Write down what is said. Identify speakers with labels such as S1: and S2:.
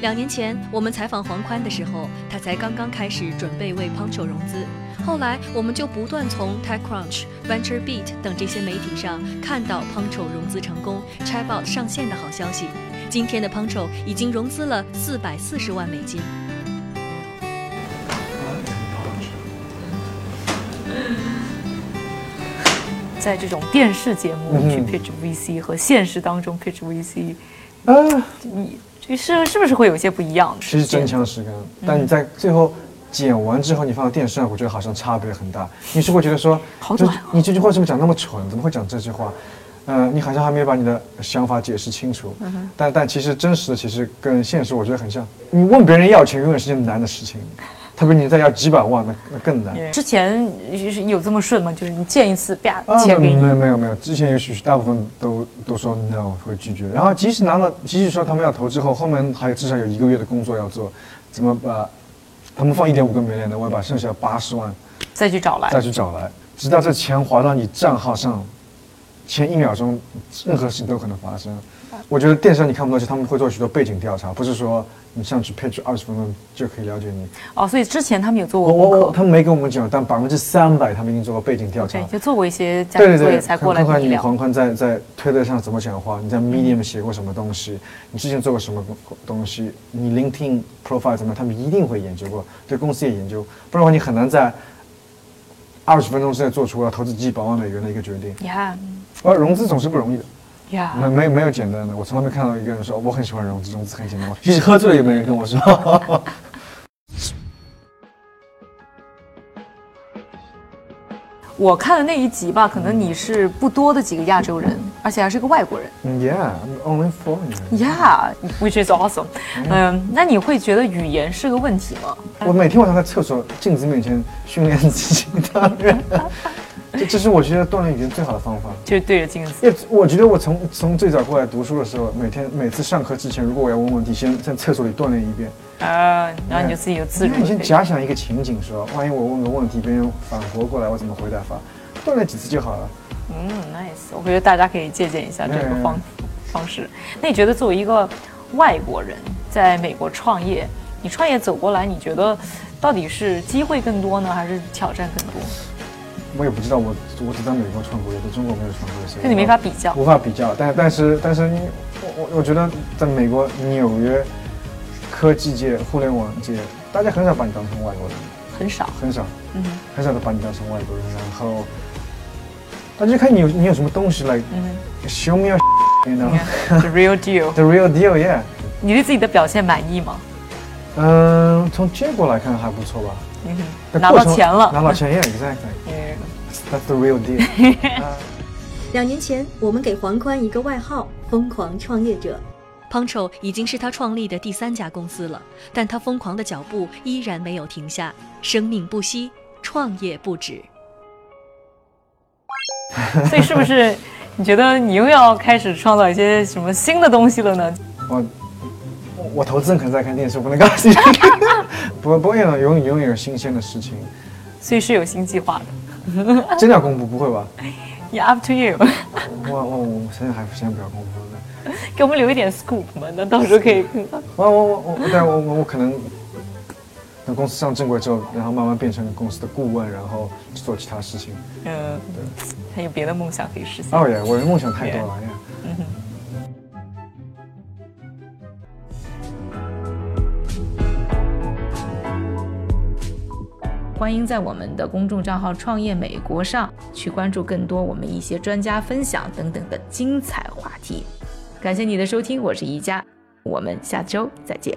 S1: 两年前我们采访黄宽的时候，他才刚刚开始准备为 Poncho 融资。后来我们就不断从 TechCrunch、VentureBeat 等这些媒体上看到 Poncho 融资成功、Chatbot 上线的好消息。今天的 Poncho 已经融资了四百四十万美金。
S2: 在这种电视节
S3: 嗯
S2: 目去 pitch VC 和现实当中 pitch VC，
S3: 呃，
S2: 你是是不是会有一些不一样的？
S3: 其实真枪实干，
S2: 嗯
S3: 但你在最后剪完之后，你放到电视上，我觉得好像差别很大。你是会觉得说，
S2: 好
S3: 这
S2: 短啊
S3: 你这句话怎么讲那么蠢？怎么会讲这句话？呃，你好像还没有把你的想法解释清楚。
S2: 嗯
S3: 但但其实真实的其实跟现实我觉得很像。你问别人要钱，永远是件难的事 情，特别你再要几百万，那那更难。
S2: 之前是有这么顺吗？就是你见一次，啪，
S3: 啊，
S2: 钱给
S3: 没
S2: 你，
S3: 有没有没有，之前有许大部分都都说 no 会拒绝，然后即使拿了，即使说他们要投之后，后面还有至少有一个月的工作要做，怎么把他们放一点五个 million 的，我要把剩下八十万
S2: 再去找来
S3: 再。去找来，直到这钱划到你账号上，前一秒钟任何事情都可能发生。我觉得电视上你看不到，就他们会做许多背景调查，不是说你上去 pitch 二十分钟就可以了解你。
S2: 哦，所以之前他们有做
S3: 我
S2: 过
S3: 我我，
S2: 功课，
S3: 他们没跟我们讲，但百分之三百他们已经做过背景调查
S2: 对，。就做过一些家
S3: 对
S2: 庭
S3: 对
S2: 作业
S3: 对，
S2: 才
S3: 很
S2: 过来
S3: 很快
S2: 跟你
S3: 你
S2: 聊。
S3: 黄宽在在推特上怎么讲话，你
S2: 嗯
S3: 在 Medium 写过什么东西，你之前做过什么东东西，你 LinkedIn profile 怎么样，他们一定会研究过，对公司也研究，不然的话你很难在二十分钟之内做出要投资几百万美元的一个决定。
S2: 呀
S3: 而融资总是不容易的，
S2: 呀，
S3: 没没没有简单的，我从来没看到一个人说我很喜欢融资，融资很 简单，即使喝醉了也没人跟我说。
S2: 我看的那一集吧，可能你是不多的几个亚洲人，而且还是个外国人。
S3: yeah, I'm 嗯 only foreigner.
S2: Yeah，which is awesome。嗯，那你会觉得语言是个问题吗？
S3: 我每天晚上在厕所镜子面前训练自己，当然，这这是我觉得锻炼语言最好的方法。
S2: 就是对着镜子。
S3: 也我觉得我从从最早过来读书的时候，每天每次上课之前，如果我要问问题，先在厕所里锻炼一遍。
S2: 啊，然后你就自己有自
S3: 因
S2: 如
S3: 为你先
S2: 的。
S3: 假想一个情景说，万一我问个问题，别人反驳过来，我怎么回答法？锻炼几次就好了。
S2: 嗯，nice，我觉得大家可以借鉴一下这个方
S3: 嗯
S2: 方式。那你觉得作为一个外国人在美国创业，你创业走过来，你觉得到底是机会更多呢，还是挑战更多？
S3: 嗯我也不知道我我只在美国创过业，在中国没有创过业，所以
S2: 就你没法比较。
S3: 无法比较。但但是但是你，我我我觉得在美国纽约科技界、互联网界，大家很少把你当成外国人，
S2: 很少。
S3: 很少。
S2: 嗯哼
S3: 很少的把你当成外国人，然后大家就看你有你有什么东西来、
S2: 嗯
S3: show me your you know
S2: 哼，the real deal。
S3: the real deal yeah。
S2: 你对自己的表现满意吗？
S3: 嗯，从结果来看还不错吧。
S2: 嗯
S3: 但
S2: 哼，拿
S3: 过
S2: 到
S3: 程
S2: 钱了。
S3: 拿到钱 yeah exactly
S2: 嗯
S3: that's the real deal 啊。
S1: 两年前，我们给黄宽一个外号“疯狂创业者”。Poncho 已经是他创立的第三家公司了，但他疯狂的脚步依然没有停下，生命不息，创业不止。
S2: 所以是不是你觉得你又要开始创造一些什么新的东西了呢？
S3: 我我我投资人可能在看电视，我不能告诉你。 不不会呢，永远永远有新鲜的事情。
S2: 所以是有新计划的。
S3: 真的要公布不会吧？
S2: y up to you，
S3: 我我我我现在还先不要公布了。
S2: 给我们留一点 scoop 嘛，那到时候可以。
S3: 我我我我，但我我我可能等公司上正轨之后，然后慢慢变成公司的顾问，然后去做其他事情。
S2: 嗯，还有别的梦想可以实现。
S3: 哦耶，我的梦想太多了呀！
S2: 欢迎在我们的公众账号“创业美国”上去关注更多我们一些专家分享等等的精彩话题。感谢你的收听，我是宜佳，我们下周再见。